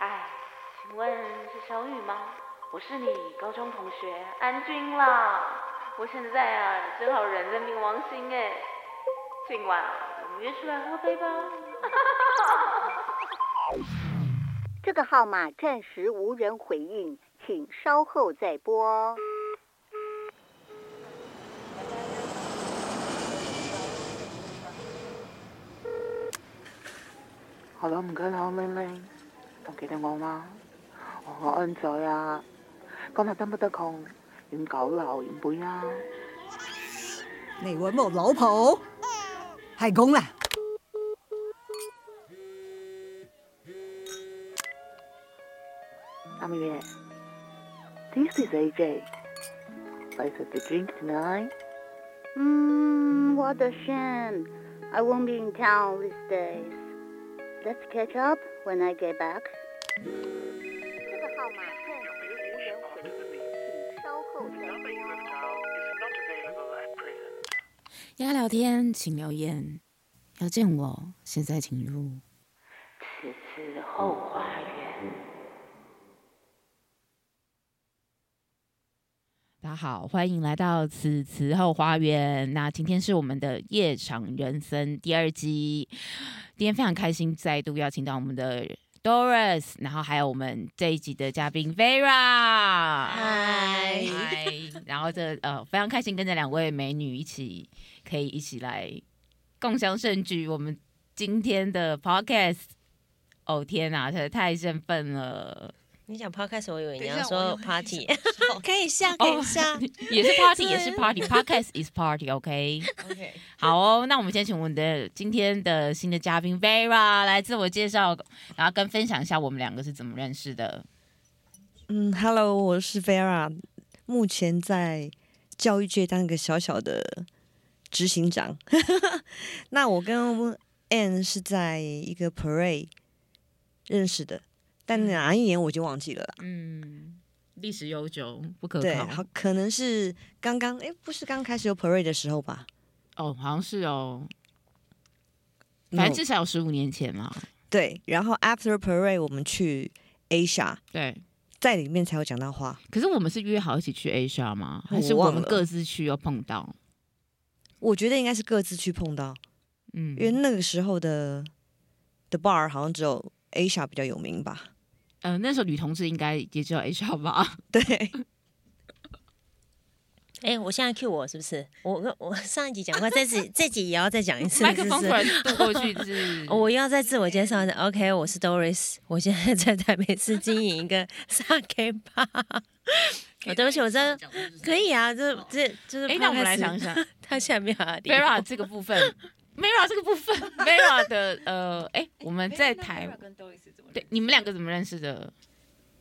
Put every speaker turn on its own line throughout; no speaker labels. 哎请问是小雨吗？我是你高中同学安君啦。我现在啊，正好人在冥王星哎。今晚啊我们约出来喝杯吧。
这个号码暂时无人回应，请稍后再拨哦。
好啦，唔緊啦，玲玲，仲記得我嗎？我安仔啊，今日得唔得空？飲酒樓飲杯啊！
你揾我老婆，係咁啦。
I'm here. This is AJ. Let's have a drink tonight.
嗯，What a shame. I won't be in town these days. Let's catch up when I get back. 这个号码暂时无人回应，请稍后再拨。哦
要聊天请留言，要见我现在请入。
此次后花园。
大家好，欢迎来到此词后花园。那今天是我们的夜场人生第二集，今天非常开心，再度邀请到我们的 Doris，然后还有我们这一集的嘉宾 Vera。
嗨
嗨，然后这呃非常开心跟着两位美女一起，可以一起来共襄盛举。我们今天的 Podcast，哦天哪，太太兴奋了，
你讲 podcast，我以为你
等一
要
下我
说
有
party，
笑
可以下，可以下。
哦 也是 Party，
是
也是 Party，Podcast is Party，OK、
OK，
好哦，那我们先请我们的今天的新的嘉宾 Vera 来自我介绍，然后跟分享一下我们两个是怎么认识的。
嗯，Hello，我是 Vera，目前在教育界当一个小小的执行长。 那我跟 Anne 是在一个 parade 认识的，但哪一年我就忘记了啦。
嗯，历史悠久，不可
对，
嗯考
好。，可能是刚刚，哎，不是刚开始有 parade 的时候吧？
哦，好像是哦，反正
No，
至少有十五年前嘛。
嗯对。然后 after parade 我们去 Asia，
对，
在里面才有讲到话。
可是我们是约好一起去 Asia 吗？
我
还是我
忘
们
了
各自去又碰到？
我觉得应该是各自去碰到。
嗯
因为那个时候的的 bar 好像只有 Asia 比较有名吧？
呃，那时候女同志应该也只有 Asia 吧？
对，
哎、我现在 Q 我是不是？我我上一集讲过，这集这集也要再讲一次，
麦
是哦
克
不
风突
是？
然渡过去 是
我要再自我介绍一下，OK，我是 Doris，我现在在台北市经营 一个 sake bar。我对不起，我真的可以啊，这这就是。
哎，那我们来想一，想，
他现在没有阿迪
Vera 这个部分 ，Vera 这个部分 ，Vera 的呃，哎、我们在台，对，你们两个怎么认识的？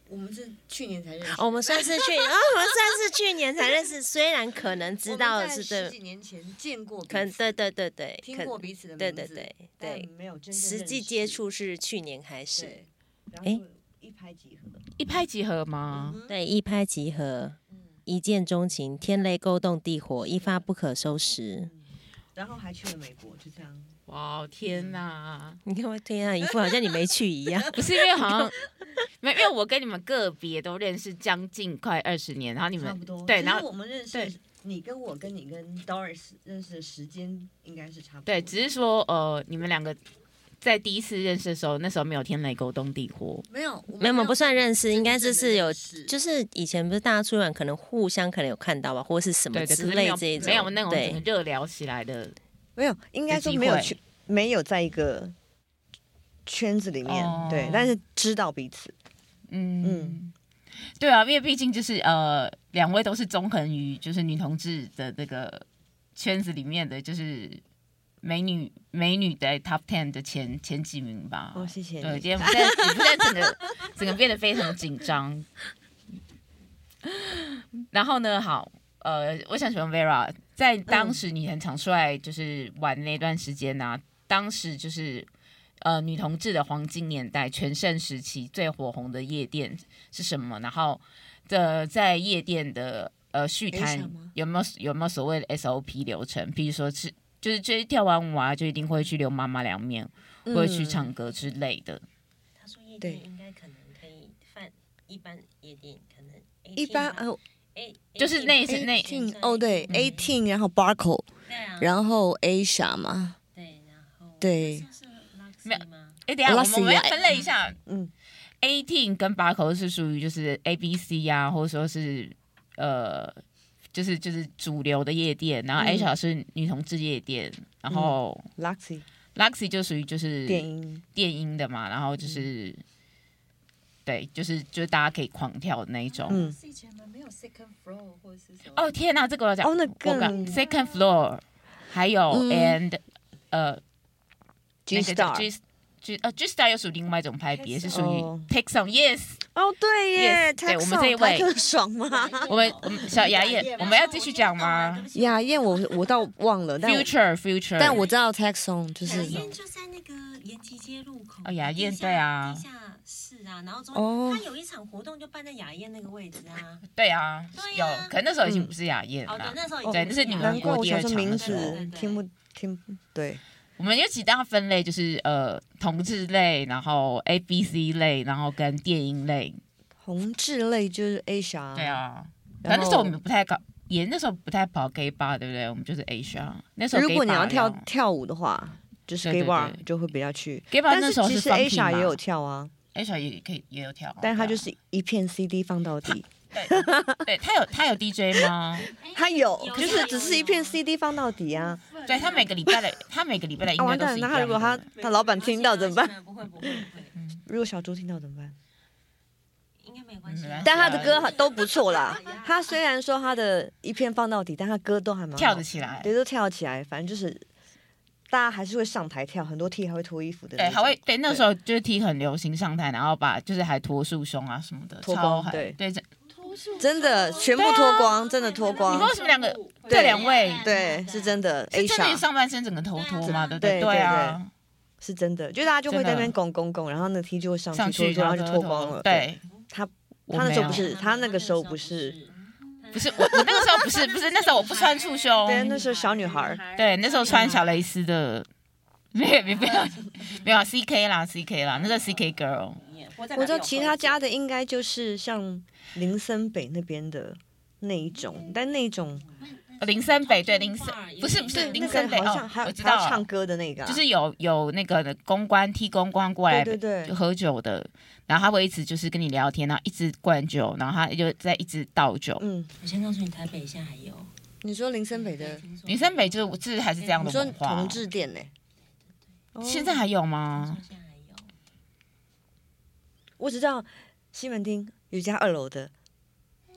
我们是去年才认识，
哦我们算是去，哦，我们算是去年才认识，虽然可能知道是对，
几年前见过，
可能对对对对，可能
彼此的
对对对对，
没有真
实际接，触是去年开始，，
然
后
一拍即合。
一拍即合吗？
对，一拍即合，
嗯
一见钟情，天雷勾动地火，一发不可收
嗯
拾。
然后还去了美国，就这样。
哇，天哪！
你看我推他一副好像你没去一样。
不是因为好像没，因为我跟你们个别都认识将近快二十年，然后你
差
们
不多。
对，
其实
然后
我们认识
对
你跟我跟你跟 Doris 认识的时间应该是差不多。
对，只是说呃，你们两个在第一次认识的时候，那时候没有天雷勾动地火，
没有， 我们
没有，我们不算认识，应该就
真
是
正的
有
认，识
就是以前不是大家出去玩，可能互相可能有看到吧，或是什么
对对，
之
可是没
类
有
这一种，
没有那种整个
对
热聊起来的
没有，应该说没有去，没有在一个圈子里面，
哦
对，但是知道彼此。
嗯，对啊，因为毕竟就是呃，两位都是中横于就是女同志的这个圈子里面的，就是美女美女的 top ten 的前前几名吧。
哦，谢谢
对，
你。
今天我们现在我们现在整个整个变得非常紧张。然后呢，好，呃，我想请问 Vera，在
嗯
当时你很常出来就是玩那段时间呢、啊当时就是呃女同志的黄金年代，全盛时期最火红的夜店是什么？然后的在夜店的呃续
没
谈
什么
有没有有没有所谓的 SOP 流程？比如说是就是就是跳完舞啊，就一定会去留妈妈
嗯
凉面，会去唱歌之类的。
他说夜
对
店应该可能可以犯
一般夜店可能
一般
18 18
呃
就是那一层那
eighteen 哦
哎
对
嗯
eighteen，然后 Barco，
对啊，
然后 Asia 嘛，
对，然后
对
是 Luxy
没有
吗？
哎，等一下我们我们要
Luxy 啊
分类一下，
嗯
，eighteen 跟八口是属于就是 A B C 啊，或者说是呃，就是就是主流的夜店，
嗯
然后 A 小是女同志夜店，然后
，Luxy
Luxy 就属于就是
嗯电音，嗯
电音的嘛，然后就是。对，就是就是大家可以狂跳的那一种。
嗯，
以前们没有 second floor 或者是什么，
哦天哪，这个我要讲。
哦那
我
更
刚 second floor，还有
嗯
and 呃
G
那
Star，
个 G G 呃 G Star 又属另外一种派别，是属于
哦
Take Some Yes。
哦对耶
Yes，，对我们
Taxon，
这一位
台客爽吗？
啊
我们我们小雅也，我们要继续讲吗
雅燕我我倒忘了，但我
？Future Future，
但我知道 Taxon 就是
雅燕就在那个延吉街路口。
哦雅燕
地下
对啊
地下室啊，然后中
哦
他有一场活动就办在雅燕那个位置啊。
对啊，
对
有
呀，
可能那时候已经不是雅燕
哦，对
了，。
那时候已经
哦对那是你们
嗯难怪我想说名
对对
字听不听不对，
我们有几大分类，就是呃同志类，然后 A B C 类，然后跟电音类。
同志类就是 Asia，
对，啊，
然
但
后
那时候我们不太搞，也那时候不太跑 gay bar，对不对？我们就是 Asia。那时候
如
gay
果你
bar
要跳
有
跳舞的话，就是
对
gay
对
bar
对
就会比较去。
gay bar，
但
那
是
时候
其实
funky 嘛
Asia 也有跳啊，
Asia 也可以也有跳，
但它
对
就
啊
是一片 CD 放到底，
对他有他有 DJ 吗？
它有
有
就是
有
只是一片
有
CD 放到底啊。
对他每个礼拜的他每个礼拜的音
啊
乐
完
都
蛋
是
了，
一样
那他
的。
如果他他老板听到怎么办？？
不会不会不会，
如果小猪听到怎么办？
应该没关系
嗯没关。系
但他的歌都不错啦。他虽然说他的一片放到底，但他歌都还蛮好
跳得起来
对，都跳得起来。反正就是大家还是会上台跳，很多 T 还会脱衣服的那
对，
种，
还会对那时候就是 T 很流行上台，然后把就是还脱束胸啊什么的，
脱
超
光
狠
对
对，这
真的全部脱光，真的哦脱
你
光
们。为什么两个这
对
两位
对，是真的
是真的
，Asia
上半身整个头脱吗？对不
对
对啊，
是真的，就大家就会在那
真
边
的
拱拱拱，然后那 T 就会上
上
去
去
脱，然后就
头
脱光了。，
对，
他
我
他那时候
没有
不是他那个时候不是，
不是我我那个时候不是不是那时候我不穿束胸，
对，那时候小女孩儿，
对那时候穿小蕾丝的，没有没有没有没有 CK 啦 CK 啦，那个 CK girl。
我知道其他家的应该就是像林森北那边的那一种，但那一种
林森北对林森不是不
对
是
哦那
林
个
森北
好像
哦
还，有
我知
还
道
有唱
了，
歌的那个啊，
就是有有那个公关替公关过来
对对对
喝酒的，然后他会一直就是跟你聊天，然后一直灌酒，然后他就在一直倒酒。
嗯，
我先告诉你，台北现在还有。
你说林森北的，
林森北就是这还是这样
你
的
说
文化
同，志哦店呢、哦
现在还有吗？
现在还有。
我只知道西门町有一家二楼的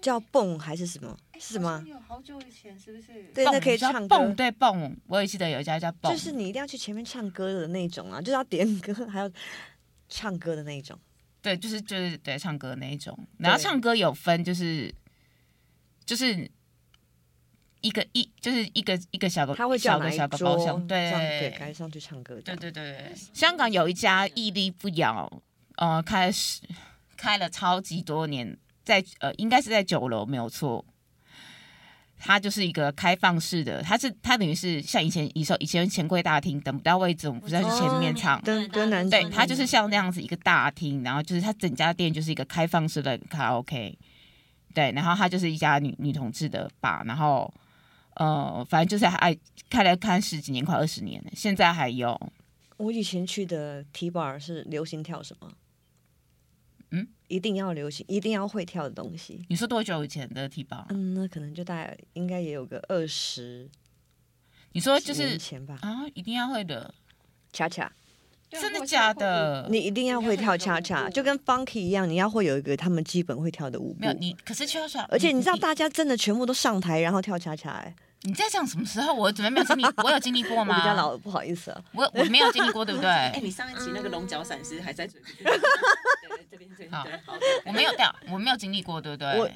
叫蹦还是什么？是什么啊？
有好久以前是不是？
对，那可以
叫
唱
蹦
歌，
对蹦，我也记得有一家叫蹦，
就是你一定要去前面唱歌的那种啊，就是要点歌， 还要唱歌的那一种。
对，就是就是对唱歌那一种。然后
对
唱歌有分，就是就是一个一就是一个一个小狗，
他会
小
叫
个
哪一
哦小狗包
桌
厢，对
上对，该上去唱歌
对
的。
对对对，香港有一家屹立不摇，呃，开始开了超级多年，在呃应该是在九楼没有错。它就是一个开放式的，它是它等于是像以前以前以前钱柜大厅等不到位置，我们不是要去前面唱，
跟跟男
对，
生
它就是像那样子一个大厅，然后就是它整家店就是一个开放式的卡拉 OK，对，然后它就是一家女女同志的吧，然后呃，反正就是还哎开了开十几年，快二十年了，现在还有，
我以前去的 T bar 是流行跳什么？
嗯，
一定要流行，一定要会跳的东西。
你说多久以前的提包？
嗯，那可能就大概应该也有个二十
你说哦就
年
是
前吧。
啊，一定要会的，
恰恰，
真的假？的？
你一定要会跳恰恰，就跟 funky 一样，你要会有一个他们基本会跳的舞步
没有。你，可是秋爽，
而且你知道，
你
大家真的全部都上台，然后跳恰恰、哎，
你在讲什么时候？我怎么没有经历？我有经历过
我
吗？
比较老，不好意思啊。
我我没有经历过，对不
哎，
对？
你上一期那个龙角散是还在嘴边？对这边这边
好
对，好。
我没有对啊，我没有经历过，对不对
我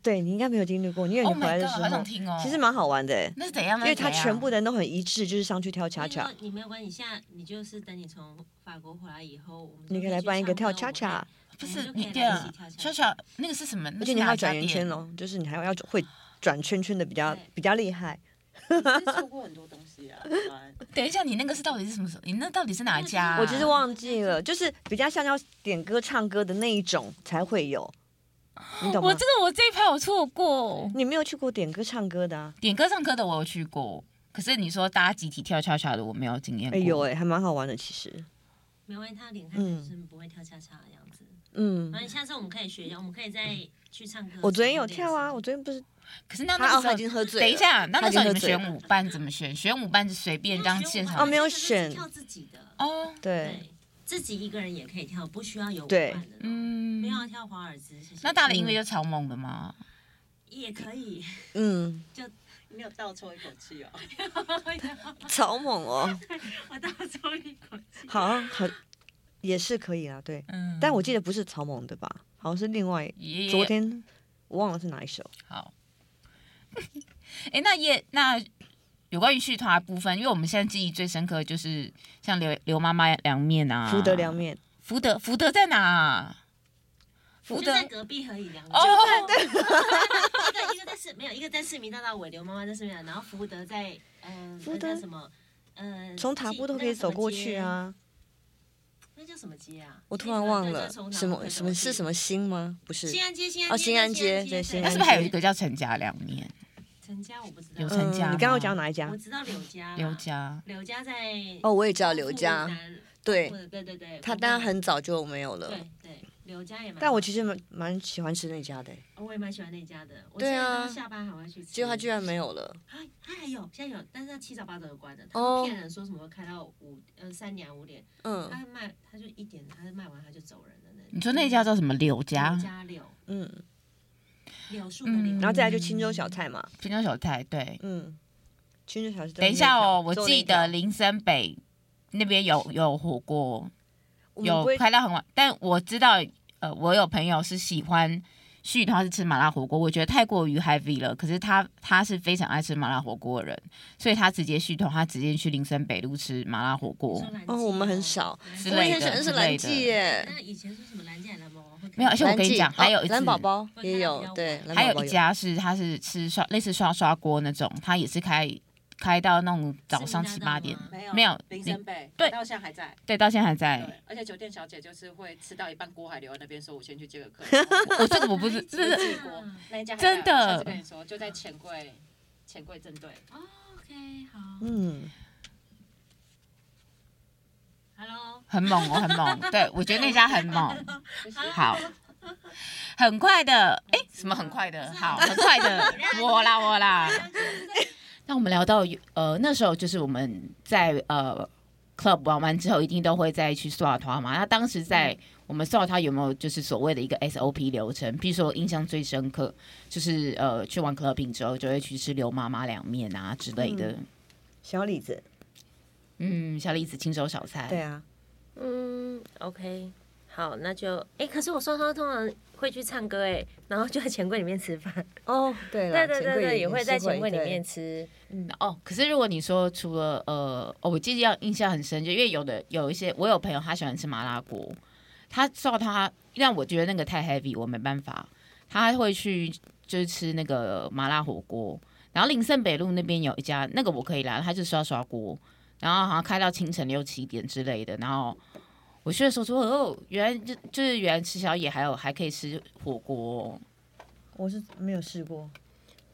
对你应该没有经历过，因为你
Oh
回来
my
的
god，
时
好
候
想，听哦。
其实蛮好玩的、哎
那是怎样？
因为他
那是怎样
全部的人都很一致，就是上去跳恰恰。。
你没有关系，现在你就是等你从法国回来以后，我们
你可以来办一个跳恰恰，，
不
我
是
们就可以
你对
来一
啊
起跳，
秋
跳
爽那个是什么？
而
那
且
是
你还
哪
要
一家
转
店啊
圆圈哦，就是你还要会转圈圈的比较
对
比较厉害。
你是错过很多东西啊，当然
等一下，你那个是到底是什么时候？你那到底是哪一家啊？
我其实忘记了，就是比较像要点歌唱歌的那一种才会有，你懂
我
吗
这？个我这一趴我错过，
你没有去过点歌唱歌的啊？
点歌唱歌的我有去过，可是你说大家集体跳恰恰的我没有经验过。
哎呦哎，还蛮好玩的其实。
没关系，他脸看起来是不会跳恰恰的样子。
嗯
哎
反，正下次我们可以学一下，我们可以再去唱歌。
我昨天有跳啊，我昨天不是，
可是那
他
那个
哦
时
他
候
已经喝醉了。
等一下，那那
他
时
已经
候你
喝
们
醉了
选舞伴怎么选？选舞伴是随便当现场
哦，没有
选
选
跳自己的，
哦，
对
自己一个人也可以跳，不需要有舞
对
伴的，
嗯，
啊
没有要跳华尔兹。谢谢
那大的音乐就超猛的吗？
也可以，
嗯，
你有倒抽一口气哦，
草蜢哦，
我倒抽一口气。
好像很也是可以啊，对，
嗯
但我记得不是草蜢的吧？好像是另外
也
昨天我忘了是哪一首。
好。 哎，那也那有关于续团的部分，因为我们现在记忆最深刻的就是像刘刘妈妈凉面啊，
福德凉，面，
福德福德在哪啊？福
就
德
在隔壁河以两个，
哦，
一个一个在市没有一个在市民大道尾流，妈妈在市民大道，然后福德在嗯，
福
那
德
叫什么？嗯，
从塔布都可以走过去啊。
那叫什么街啊？
我突然忘
对
了
对从塔
什
布
么
可以
什
走
么
过
是
去
什么新吗？不是
新安街，新安
哦
街，
新安街对新
那
安
是
街
不是还有一个叫陈家凉面？
陈家我不知道，
有陈家吗
嗯你刚刚有讲哪一家
我？知道柳
啊
家啦，
刘家
柳家在
哦，我也知道刘
富
家，
南
对
富对对对，
他
富
当然
南
很早就没有了。
对对，柳家也蛮好，
但我其实蛮蛮喜欢吃那家的欸，
哦我也蛮喜欢那家的，我
对
现在
啊
都是下班还会去吃，
结果他居然没有了。
啊，他还有现在有，但是他七早八早就关了，他
哦
们骗人说什么会开到五呃三点五点，
嗯
他卖他就一点，他就卖完他就走人了那种。
你说那家叫什么柳家
柳？家柳
嗯，
柳树的柳，
嗯
然后再来就青州小菜嘛，
平江小菜对，
嗯，青州小菜。
等一下哦，我记
走那
得
条
林森北那边有有火锅，
我们
有
不会
开到很晚，但我知道，呃，我有朋友是喜欢呃旭，他是吃麻辣火锅，我觉得太过于 heavy 了。可是他他是非常爱吃麻辣火锅的人，所以他直接续团，他直接去林森北路吃麻辣火锅。
哦，我们很少，
之
我们以
类
前
的之
喜欢吃
类
蓝
的
记耶，
那以前说什么蓝剑蓝猫啊王会
没有，而且我跟你讲，
蓝记
还有
哦
一次
蓝宝宝也有
会看到比较晚
对，蓝
还
宝
有
宝
一家是他是吃刷类似刷刷锅那种，他也是开开到那种早上
是
七
你
八
拿到
点
吗，
没有
没有
林
你
森北，
对
到现在还在。
对，到现在还在。
对，而且酒店小姐就是会吃到一半，锅还留在那边，说我先去接个客人。
我这个我不知，这是
我过那一家还
真
在
的
我下次跟你说，就在钱柜，钱柜正对。
OK 好
嗯，
，Hello，
很猛哦，很猛。对，我觉得那家很猛。好，很快的，哎，什么很快的？好，很快的，我啦我啦。那我们聊到呃那时候就是我们在呃 club 玩完之后，一定都会再去刷团嘛。那当时在我们刷团有没有就是所谓的一个 SOP 流程？譬如说我印象最深刻就是呃去完 clubbing 之后就会去吃刘妈妈凉面啊之类的。
小李子，
嗯，小李子青州小菜。
对啊，
嗯，OK，好，那就哎，可是我双双通常会去唱歌哎，然后就在钱柜里面吃饭，
哦，对
对
了，
对
钱
对
柜
对，也会在
是
钱柜里
对
面吃，
哦，可是如果你说除了呃，哦，我记得要印象很深，就因为有的有一些我有朋友他喜欢吃麻辣锅，他照他让我觉得那个太 heavy，我没办法，他会去就是吃那个麻辣火锅，然后林森北路那边有一家那个我可以来，他就是刷刷锅，然后好像开到清晨六七点之类的，然后。我去的时候说哦，原来就就是原来吃宵夜还有还可以吃火锅哦、
我是没有试过，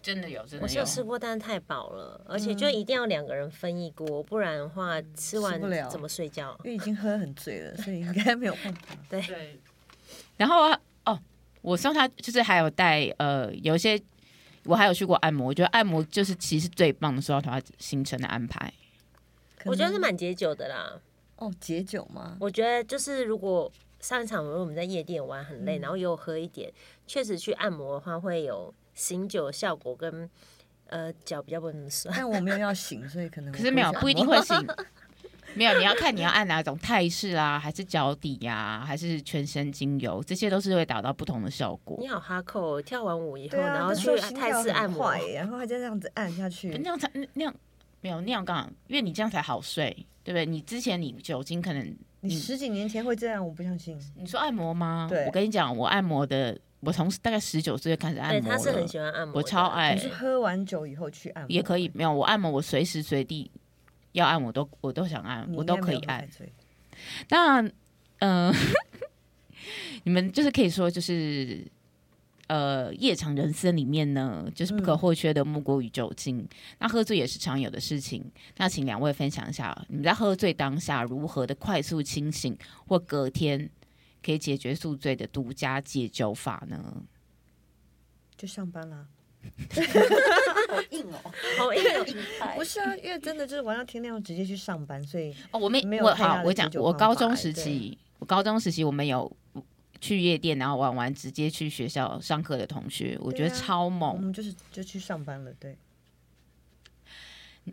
真的有真
我
的
是
有
啊
有，吃过，但是太饱了，而且就一定要两个人分一锅，不然的话吃完
嗯不了
怎么睡觉？
因为已经喝很醉了，所以应该没有办法。
对，
然后啊哦，我送他就是还有带呃，有一些我还有去过按摩，我觉得按摩就是其实最棒的说到他行程的安排。
可
我觉得是
能
蛮解酒的啦。
哦，解酒吗？
我觉得就是如果上一场如果我们在夜店玩很
嗯
累，然后也有喝一点，确实去按摩的话会有醒酒效果跟呃脚比较不会那么酸。
但我没有要醒，所以可能
可是没有不一定会醒，没有你要看你要按哪种泰式啊，还是脚底呀、还是全身精油，这些都是会达到不同的效果
你。好哈扣，哦跳完舞以后，
对啊，
然后
那时候
去
心
泰
跳
式
很
按摩
快，耶然后还在这样子按下去，
那样才那样没有那样刚好，因为你这样才好睡，对不对？你之前你酒精可能
你十几年前会这样，我不相信。
你说按摩吗？
对
我跟你讲，我按摩的，我从大概十九岁就开始按
对，
摩了。
他是很喜欢按摩的，
我超爱
你是喝完酒以后去按摩
哎也可以，，没有我按摩，我随时随地要按，我都我都想按，
你
我
应
都
该
可
没
以
有喝
按
太。醉。
那嗯，呃你们就是可以说就是呃夜场人生里面呢，就是不可或缺的木瓜与酒精。那喝醉也是常有的事情，那请两位分享一下，你们在喝醉当下如何的快速清醒，或隔天可以解决宿醉的独家解酒法呢？
就上班啦。
好硬哦，
好硬哦
哎
不是啊，因为真的就是玩到天亮直接去上班，所以
哦，我没
没有
我
太大
好，
的
我
解
讲
酒
我
方
高
法
中
哎
时
对
期，我高中时期我们有去夜店，然后玩完直接去学校上课的同学，我
对
觉得
啊
超
我
猛。
们就是就去上班了，对。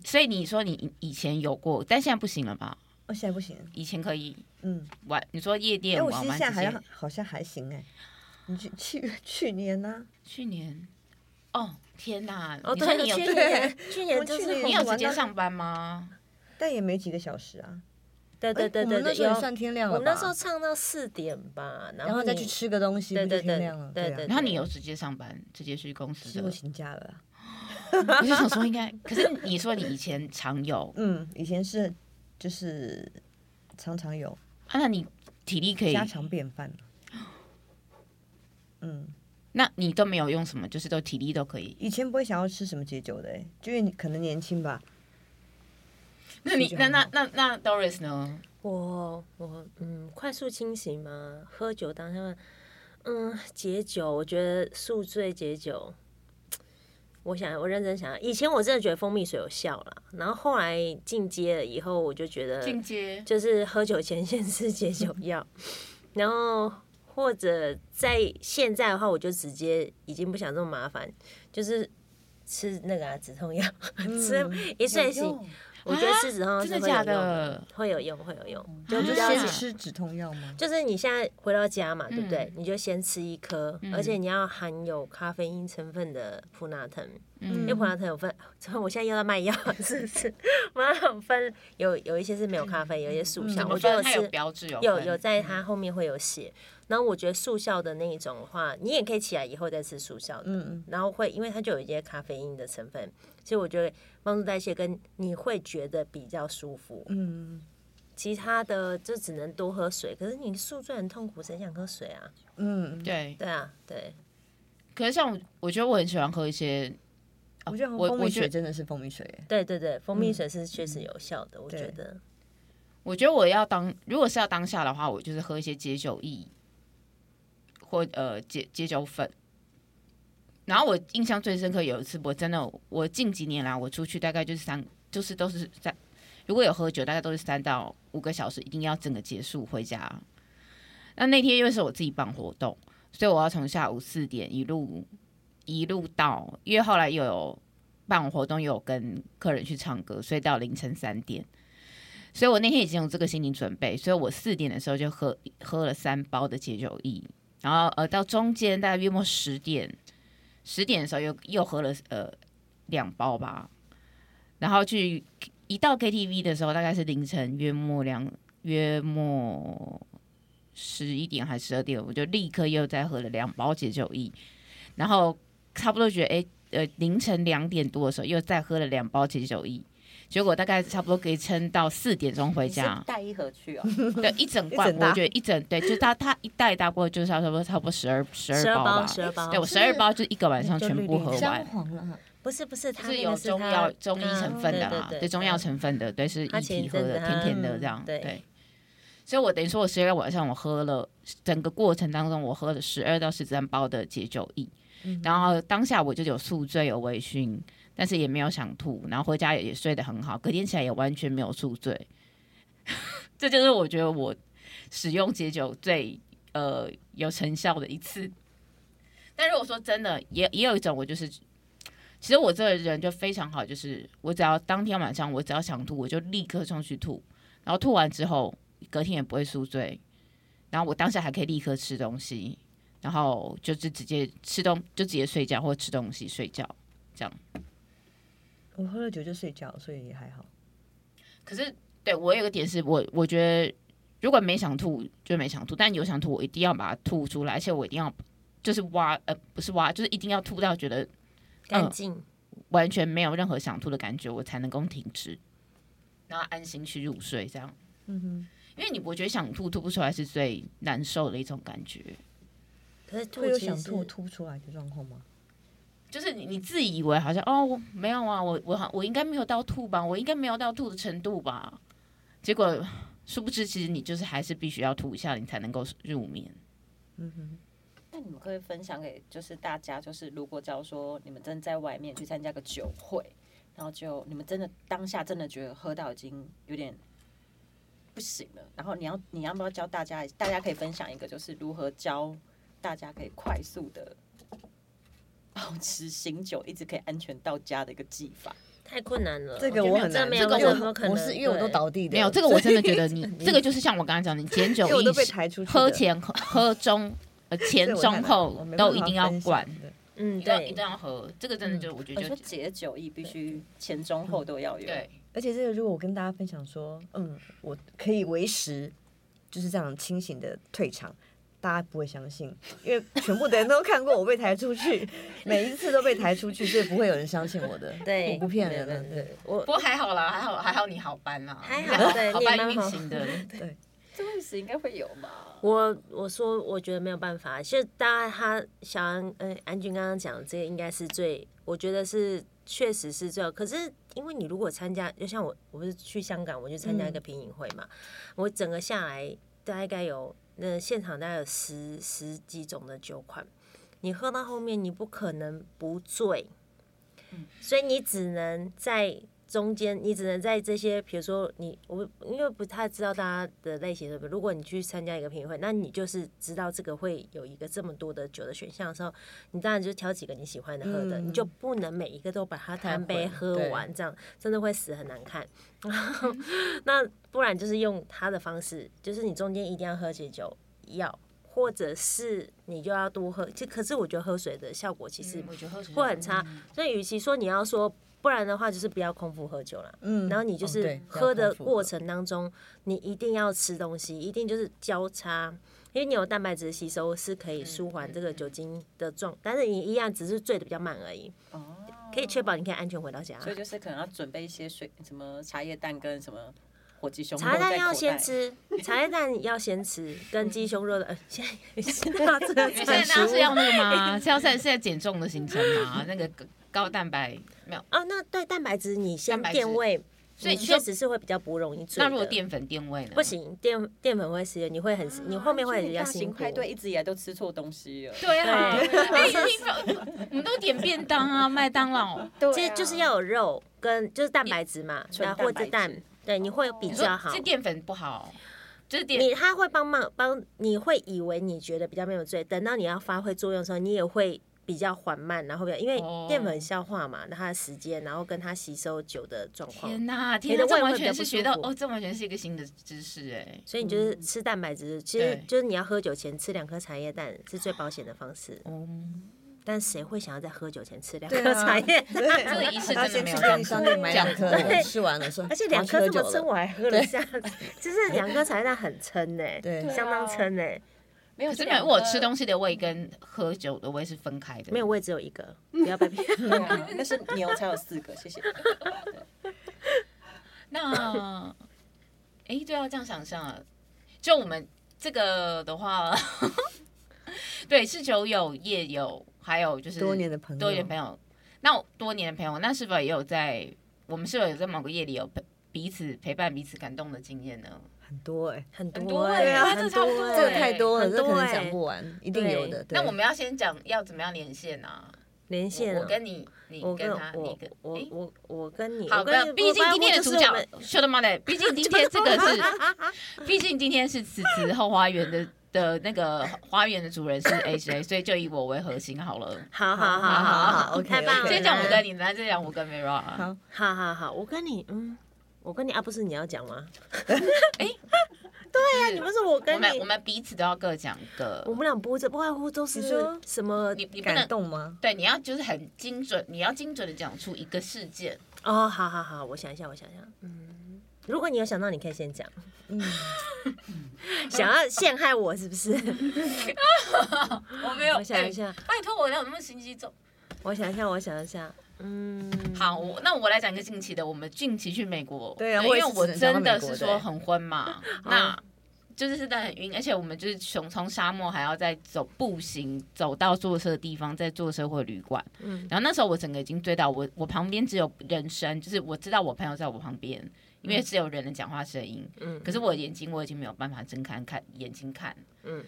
所以你说你以前有过，但现在不行了吧？
我哦现在不行，
以前可以
嗯，
玩，你说夜
哎、
店
我
玩
其实
完
现在
这
还
些
好，好像还行哎、你去去去年呢、
去年哦天哪！
哦，
你说
对，
你有
去年去年就是
我去年
你
红
有
也
直
玩
接
到
上班吗？
但也没几个小时啊。
对对
哎
对
我们
对
那
对，
时候也
有
算天亮了
我们那
吧
时候唱到四点吧，然
然后再去
你
吃个东西，
对
不就
对对
天亮了，
对
啊
对
然后你有直接上班，直接去公
其
司
实
的
我
了。
请假了啊。
我就想说应该，可是你说你以前常有
嗯，以前是就是常常有
啊，那你体力可以
家，常便饭。嗯，
那你都没有用什么，就是都体力都可以。
以前不会想要吃什么解酒的、欸，就因为你可能年轻吧。
那你
就
那
很
那
好
那那 Doris 呢？
我我嗯，快速清醒吗？喝酒当下，嗯，解酒，我觉得宿醉解酒。我想，我认真想，以前我真的觉得蜂蜜水有效啦，然后后来进阶了以后，我就觉得
进阶
就是喝酒前先吃解酒药， 然后或者在现在的话，我就直接已经不想这么麻烦，就是吃那个、啊、止痛药， 吃
嗯
一睡醒，我觉得吃止痛药
啊真
是
的嗯
会
假
有用
的？
会有用，呃会有
啊
用，就
你
比
就
较
先
紧。
吃止痛药吗？
就是你现在回到家嘛，对不对
嗯？
你就先吃一颗，而且你要含有咖啡因成分的普拿疼，嗯
嗯
因为普拿疼有分， 我现在又在卖药，是不是？我有分有有一些是没有咖啡，有一些速效，
嗯
我觉
分
得我
它有
吃
标志，有
有
分
有
嗯
在它后面会有写。然后我觉得速效的那一种的话，你也可以起来以后再吃速效的，
嗯嗯，
然后会因为它就有一些咖啡因的成分，所以我觉得帮助代谢跟你会觉得比较舒服。
嗯
其他的就只能多喝水。可是你宿醉很痛苦，谁想喝水啊？
嗯，
对。
对啊，对，
可是像我，我觉得我很喜欢喝一些，
我觉得
我
蜂
我
蜜
觉得
水真的是蜂蜜水、欸，
对对对，蜂
嗯
蜜水是确实有效的，我
对
觉得。
我觉得我要当如果是要当下的话，我就是喝一些解酒液或呃解解酒粉。然后我印象最深刻有一次，我真的我近几年来我出去大概就是三就是都是三，如果有喝酒大概都是三到五个小时，一定要整个结束回家。那那天因为是我自己办活动，所以我要从下午四点一路一路到，因为后来又有办完活动，又有跟客人去唱歌，所以到凌晨三点。所以我那天已经有这个心理准备，所以我四点的时候就喝喝了三包的解酒液，然后呃到中间大概约莫十点，十点的时候又又喝了呃两包吧，然后去一到 KTV 的时候大概是凌晨约莫两约莫十一点还十二点，我就立刻又再喝了两包解酒液，然后差不多觉得诶呃凌晨两点多的时候又再喝了两包解酒液。结果大概差不多可以撑到四点钟回
你是
家，
带一盒去哦，
对，一整
一
罐，
整大
我觉得一整对，就是它它一袋大概就是差不多差不多十二十
十
二
二
包吧，
十二包
对，，我十二包就一个晚上全部喝
姜
完，
黄了，
不是不是，
就
它
是
那
有
个是
中
它
药中医成分的
它
啦，
对啊
对，中药成分的，对，是一
它前
体
一
喝
阵
的，
子
甜甜的
嗯
这样，
对
对。所以我等于说，我十二晚上我喝了整个过程当中，我喝了十二到十三包的解酒液，
嗯
然后当下我就有宿醉，有微醺，但是也没有想吐，然后回家也也睡得很好，隔天起来也完全没有宿醉。 这就是我觉得我使用解酒最呃有成效的一次。但如果说真的，也也有一种我就是，其实我这个人就非常好，就是我只要当天晚上我只要想吐，我就立刻冲去吐，然后吐完之后隔天也不会宿醉，然后我当下还可以立刻吃东西，然后就是直接吃东就直接睡觉或吃东西睡觉这样。
我喝了酒就睡觉，所以也还好。
可是对我有个点是我我觉得如果没想吐就没想吐，但有想吐我一定要把它吐出来，而且我一定要就是挖呃不是挖，就是一定要吐到觉得
干
嗯
净。
完全没有任何想吐的感觉，我才能够停止，然后安心去入睡这样。
嗯哼，
因为你我觉得想吐吐不出来是最难受的一种感觉，
可是吐
会有
其实
想吐
是
吐出来的状况吗？
就是你你自以为好像哦，我没有啊，我我好我应该没有到吐吧，我应该没有到吐的程度吧，结果殊不知其实你就是还是必须要吐一下，你才能够入眠。
嗯哼，
那你们可以分享给就是大家，就是如果假如说你们真的在外面去参加个酒会，然后就你们真的当下真的觉得喝到已经有点不行了，然后你要你要不要教大家？大家可以分享一个就是如何教大家可以快速的保持醒酒，一直可以安全到家的一个技法。
太困难了。
这
我
个
觉
我
得
很
这
难
没
这
有
个
任
我
何可能。
我是因为我都
对
倒地的
没有这个，我真的觉得 你这个就是像我刚才讲，你减酒
因为我
意
都被
识
抬出去的
喝前喝喝中呃前
这我太
中
难
后
我没办
都
法
一定要
分享
管，
嗯，
一定要
对
一定要喝，这个真的就我觉
哦
我
得就
说解酒意必须前中后都要有。
对，
而且这个如果我跟大家分享说，嗯，我可以维持就是这样清醒的退场，大家不会相信，因为全部的人都看过我被抬出去，每一次都被抬出去，所以不会有人相信我的。
对
我不骗人的。
对，我
不过还好啦，还好还好你好搬啦，还
好对
好
你也
搬
蛮
运
好
行 的，
对，
这位置应该会有吧？
我我说我觉得没有办法，其实大家他小安呃安君刚刚讲的这个应该是最，我觉得是确实是最好。可是因为你如果参加，就像我我不是去香港，我去参加
嗯
一个品饮会嘛，我整个下来大概有那现场大概有十十几种的酒款，你喝到后面你不可能不醉，
嗯
所以你只能在中间，你只能在这些，比如说你我因为不太知道大家的类型对不对？如果你去参加一个评会，那你就是知道这个会有一个这么多的酒的选项的时候，你当然就挑几个你喜欢的喝的，
嗯
你就不能每一个都把它干杯喝完，这样真的会死很难看。 那不然就是用他的方式，就是你中间一定要喝解酒药。或者是你就要多喝，其实可是我觉得喝水的效果其实
嗯我觉得喝水嗯
会很差，所以与其说你要说，不然的话就是不要空腹喝酒了。
嗯
然后你就
哦对
是
不要
喝的
空腹喝
过程当中，你一定要吃东西，一定就是交叉，因为你有蛋白质的吸收是可以舒缓这个酒精的状，但是你一样只是醉的比较慢而已。
哦，
可以确保你可以安全回到家。
所以就是可能要准备一些水，什么茶叶蛋跟什么火鸡胸肉
茶叶蛋
在口
要先
袋
吃，茶叶蛋要先吃，跟鸡胸肉的， 呃，现在现在这个
因为现在 大家是要那个吗？是要在是在减重的行程吗？那个高蛋白没有。
哦，那对蛋白质你先
白质
垫位，
所以
你
你
确
说
实是会比较不容易醉的。
那如果淀粉淀位呢？
不行，淀淀粉会失你会很你后面会比较
啊大
辛
型
苦
派。对一直以来都吃错东西了。
对啊，
对
哎 你我们都点便当啊，麦当劳。
其实
啊
就是要有肉跟就是蛋白质嘛，
纯
然后或者
蛋白
蛋，对，你会比
你说
较好
是。淀粉不好，就是淀
你它会帮忙帮，你会以为你觉得比较没有醉，等到你要发挥作用的时候，你也会比较缓慢，然后比较因为
哦
淀粉消化嘛，它的时间，然后跟它吸收酒的状况。
天哪，
你
天哪，
的
这
胃
完
会比较
全
不
是
舒
学到
服
哦，这完全是一个新的知识哎。
所以你就是
嗯
吃蛋白质，其实
对
就是你要喝酒前吃两颗茶叶蛋是最保险的方式。
嗯，
但谁会想要在喝酒前吃两
哦对
颗
啊
茶叶
对
蛋？
这个仪式
他先
真的没
去
有
便利商店买两颗，
对
我吃完了说，
而且
我要
两颗
喝
这么
酒了
撑，我还喝了一下，就是两颗茶叶蛋很撑欸 呢、
对
啊
相当撑欸呢、
没有
可是没有，我吃东西的胃跟喝酒的胃是分开的。
没有，我也只有一 个，不要被骗。
对啊，那是牛才有四个，谢谢。
那，哎，对啊，这样想象了，就我们这个的话， 对，是酒友、夜友，还有就是
多年的朋友
多年朋友。那我多年的朋友，那是否也有在我们是否有在某个夜里有陪彼此陪伴、彼此感动的经验呢？
很多哎，
很
很多欸对啊这
很
差不多
多
欸
欸，这个太多了，
很
这
多
个可能
欸
讲不完，一定有的。对
那我们要先讲要怎么样连线啊？
连线、
我我跟你，你
我
跟
跟
他，
我
你跟
我我我跟你，
好
我跟
的，毕竟今天的主角，兄弟妈的，毕竟今天这个 是，毕竟今天是此次后花园的的那个花园的主人是 H A，所以就以我为核心好了。
好好好
好
好好
好，
，OK，太棒了！
先讲我跟你，来再讲我跟 Vera。
好，好好好，我跟你，嗯，我跟你啊，不是你要讲吗？
对呀，
你不是我跟
们
你
我们彼此都要各讲各。
我们俩不这不外乎都
你
是
说
什么
你你不能感动
吗？
对，你要就是很精准，你要精准的讲出一个事件。
哦，好好好，我想一下，我想一下，嗯，如果你有想到，你可以先讲。
嗯，
想要陷害我是不是？
我没有，
我想一下
哎拜托我哪有那么心机重？
我想一下，我想一下，嗯，
好，我那我来讲一个近期的，我们近期去美国，
对啊
因
我也
为
是
我
只能讲到
真的
美国欸
是
的
说很昏嘛，那就是真的很晕，而且我们就是从从沙漠还要再走步行走到坐车的地方，再坐车回旅馆。
嗯
然后那时候我整个已经醉到我我旁边只有人声，就是我知道我朋友在我旁边，因为只有人的讲话声音。
嗯
可是我眼睛我已经没有办法睁开看眼睛看，
嗯，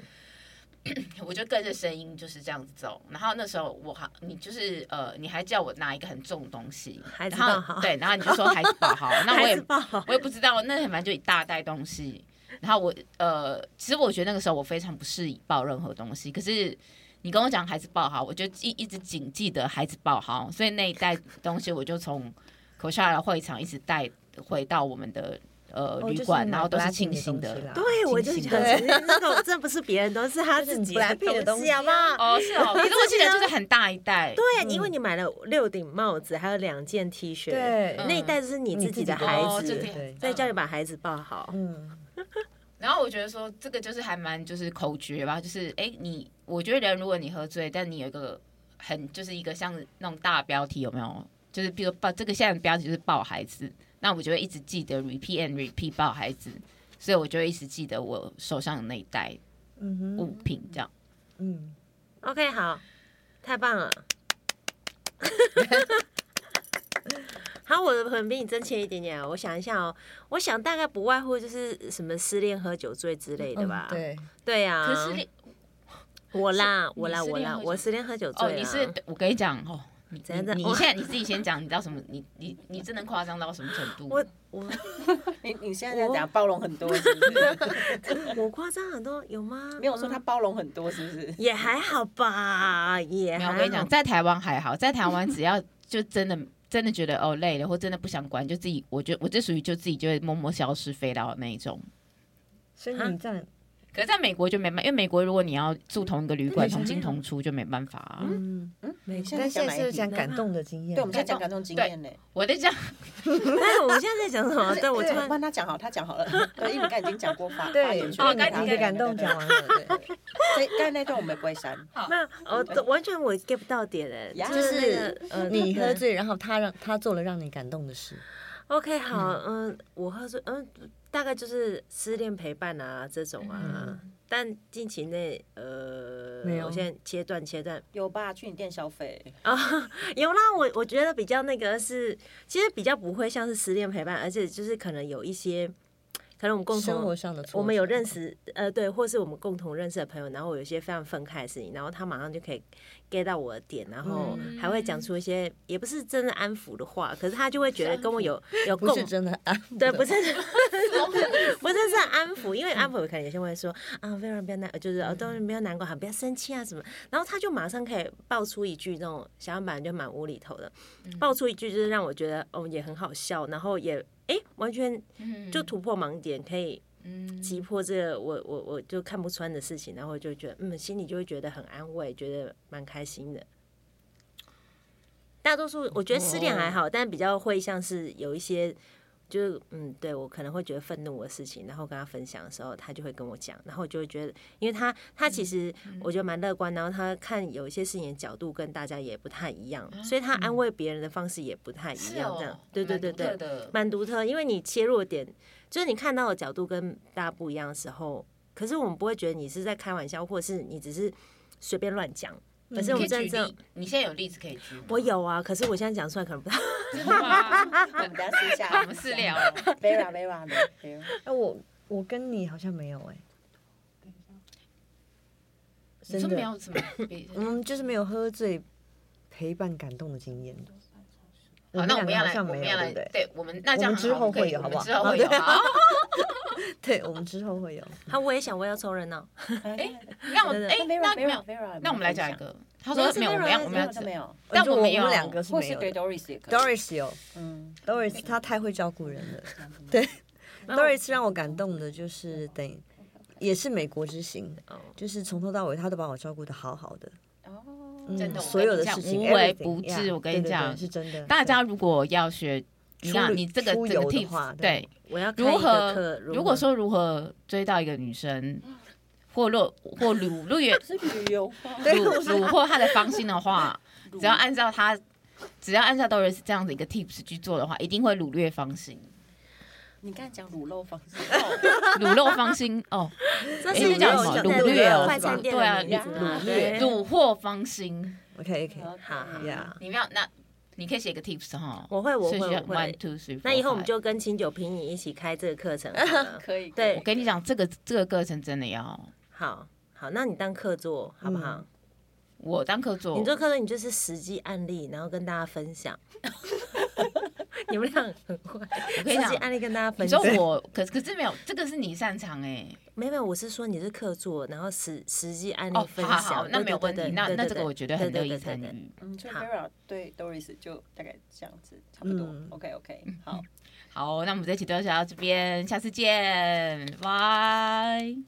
我就跟着声音就是这样子走。然后那时候我还你就是呃，你还叫我拿一个很重的东西，
孩子
然
抱好
后对，然后你就说孩子 抱好，那我
孩
也
子抱好
我也不知道，那反正就一大袋东西。然后我呃，其实我觉得那个时候我非常不适宜抱任何东西，可是。你跟我讲孩子抱好，我就一一直谨记得孩子抱好，所以那一袋东西我就从口哨的会场一直带回到我们的呃、
哦
旅
就是
馆，
买
然后都是
Blackpink
清
的
醒
东
的
西啦。
对，我就
清醒
觉得
的
其实那个真的不是别人，都是他自己的
Blackpink 的东西
西，好不好？
哦，是 哦，可是我记得就是很大一袋。
对，因为你买了六顶帽子，还有两件 T 恤，
对
那一
嗯
袋是你自己的孩
哦
子
这挺，
再叫你把孩子抱好。
嗯，
然后我觉得说这个就是还蛮就是口诀吧，就是哎、诶你我觉得人如果你喝醉，但你有一个很就是一个像那种大标题有没有？就是比如报这个现在的标题就是抱孩子，那我就会一直记得 repeat and repeat 抱孩子，所以我就会一直记得我手上的那一袋
嗯
物品这样。
嗯
，OK，好，太棒了。 好，我的可能比你真切一点点啊。我想一下哦，我想大概不外乎就是什么失恋喝酒醉之类的吧。
嗯对，
对呀。
嗯可是你
我啦，
你
我啦，
失
我
恋
啦
喝，酒
我失恋喝酒醉
哦，
啦。
你是我跟你讲哦，你
怎样怎样
你你
啊我
现在你自己先讲，你知道什么？你你你真的夸张到什么程度？
我我
你你现在在讲包容很多是不是？
我夸张很多有吗？嗯
没有说他包容很多是不是？
也还好吧，也
没有，
还
我跟你 讲，
好
在台湾还好，在台湾只要就真的 真的觉得哦累了，或真的不想管，就自己，我觉得我这属于就自己就会默默消失飞到那一种。
所以你在
可是在美国就没办，因为美国如果你要住同一个旅馆，同进同出就没办法啊。
嗯
嗯，
没错，
现在
但
讲
现
哪
在
一
是
题
讲感动的经验，
对，我们现在讲感动经验呢。
我在讲，
哎，我现在在讲什么？对，我突然
帮他讲好，他讲好了。对，因为你刚才已经讲过发
对
发言
对
权了
你的
对对
感动
对对
讲完了
对对对所以刚才那段我们不会删。
没有，我都完全我 get 不到点哎，
呀
就是那个呃，
你喝
对
醉，然后他让他做了让你感动的事，
OK，好，嗯，我喝醉，嗯，大概就是失恋陪伴啊这种啊，但近期内，呃，
没有
我先切断切断
有吧？去你店消费，
啊， 有啦，我我觉得比较那个是，其实比较不会像是失恋陪伴，而且就是可能有一些，可能我们共同
生活上的挫折
我们有认识，呃，对，或是我们共同认识的朋友，然后我有一些非常愤慨的事情，然后他马上就可以 get 到我的点，然后还会
嗯
讲出一些也不是真的安抚的话，可是他就会觉得跟我有 有
不
共
是真的啊，
对， 不是，不是是安抚，因为安抚可能有些会说啊，Vera 不要难，就是哦，都
嗯
不要难过，不要生气啊什么，然后他就马上可以爆出一句那种想法，本来就蛮无厘头的，
嗯
爆出一句就是让我觉得哦也很好笑，然后也哎完全就突破盲点，可以击破这个我我我就看不穿的事情，然后就觉得嗯心里就会觉得很安慰，觉得蛮开心的。大多数我觉得失恋还好，但比较会像是有一些，就是嗯，对我可能会觉得愤怒的事情，然后跟他分享的时候，他就会跟我讲，然后我就会觉得，因为他他其实我觉得蛮乐观，然后他看有一些事情的角度跟大家也不太一样，所以他安慰别人的方式也不太一样，
哦
这样，对对对对，嗯哦蛮独特，因为你切入的点就是你看到的角度跟大家不一样的时候，可是我们不会觉得你是在开玩笑，或者是你只是随便乱讲，可
嗯
是我们真正。
你现在有例子可以举吗？
我有啊，可是我现在讲出来可能不太。
我们等一下私下
我们私聊
Vera Vera 的，Vera
哎，我我跟你好像没有哎，
你说没有什么，
嗯，就是没有喝醉陪伴感动的经验。
好，那我
们
们要
两个好
来，
像
我
没
们要
有对
来，
不对？
对我们那这样
我们之后会有
好
好不好
我们之后会有。
好
好
对，我们之后会有。
他我也想我要抽人呢。
那我
对对
哎，
Vera
那没
Vera
有，
Vera，
那我们来讲一个。他说没有，我们要我们要
没有，
但
就
我
我
没有
们两个是
或
没
是
有
给
的。
Doris 也可以。
Doris 有
嗯，
Doris，她太会照顾人了。
嗯
对，Doris 让我感动的就是等，也是美国之行，
哦
就是从头到尾她都把我照顾的好好的。哦
真的我
所
跟
有
你
的
讲
事情
无微
everything，
不至
yeah，
我跟
对
你
对对
讲
是真的。
大
对
家如果要学，你
出
看
旅
你这个
出
这个
游的话
tips，
对
对，
我要开一
如
个
何
课
如果说如何追到一个女生，或落或掳入远
嗯 是旅游吗？
虏虏获她的芳心的话，只要按照她，只要按照 Doris 这样子一个 tips 去做的话，一定会掳掠芳心。
你刚才讲卤肉方 式，
卤肉芳心 哦，
这
诶
是
那叫
卤
什
肉
么卤
现在卤
略
肉
哦，
快
是吧
餐店的
对啊，
名字啊
卤
哎
对
卤货芳心。
OK OK，
嗯
好好
呀，
你们要那，你可以写个 tips 哈。
我会我
所以
会
需要
我会
one two three。
那以后我们就跟清酒拼你一起开这个课程好了
可以，
对
我，跟你讲，这个这个课程真的要
好好，那你当课座好不
嗯
好？
我当课座，
你做课座，你就是实际案例，然后跟大家分享。 你们俩很会，
我跟你
实
讲
际案例跟大家分
你
享
说。我，可可是没有，这个是你擅长哎。
没有，没有，我是说你是客座，然后实实际案
哦
例分
好
享，
好好那
对
没有
对
问题
对
那
对
那
对
这个
对
我绝对
对
很
对
乐意
对对
参
对
与
嗯，所以
好
Vera 对 Doris 就大概这样子，差不多
嗯。
OK OK，好。
好，那我们这期就聊到这边，下次见，拜。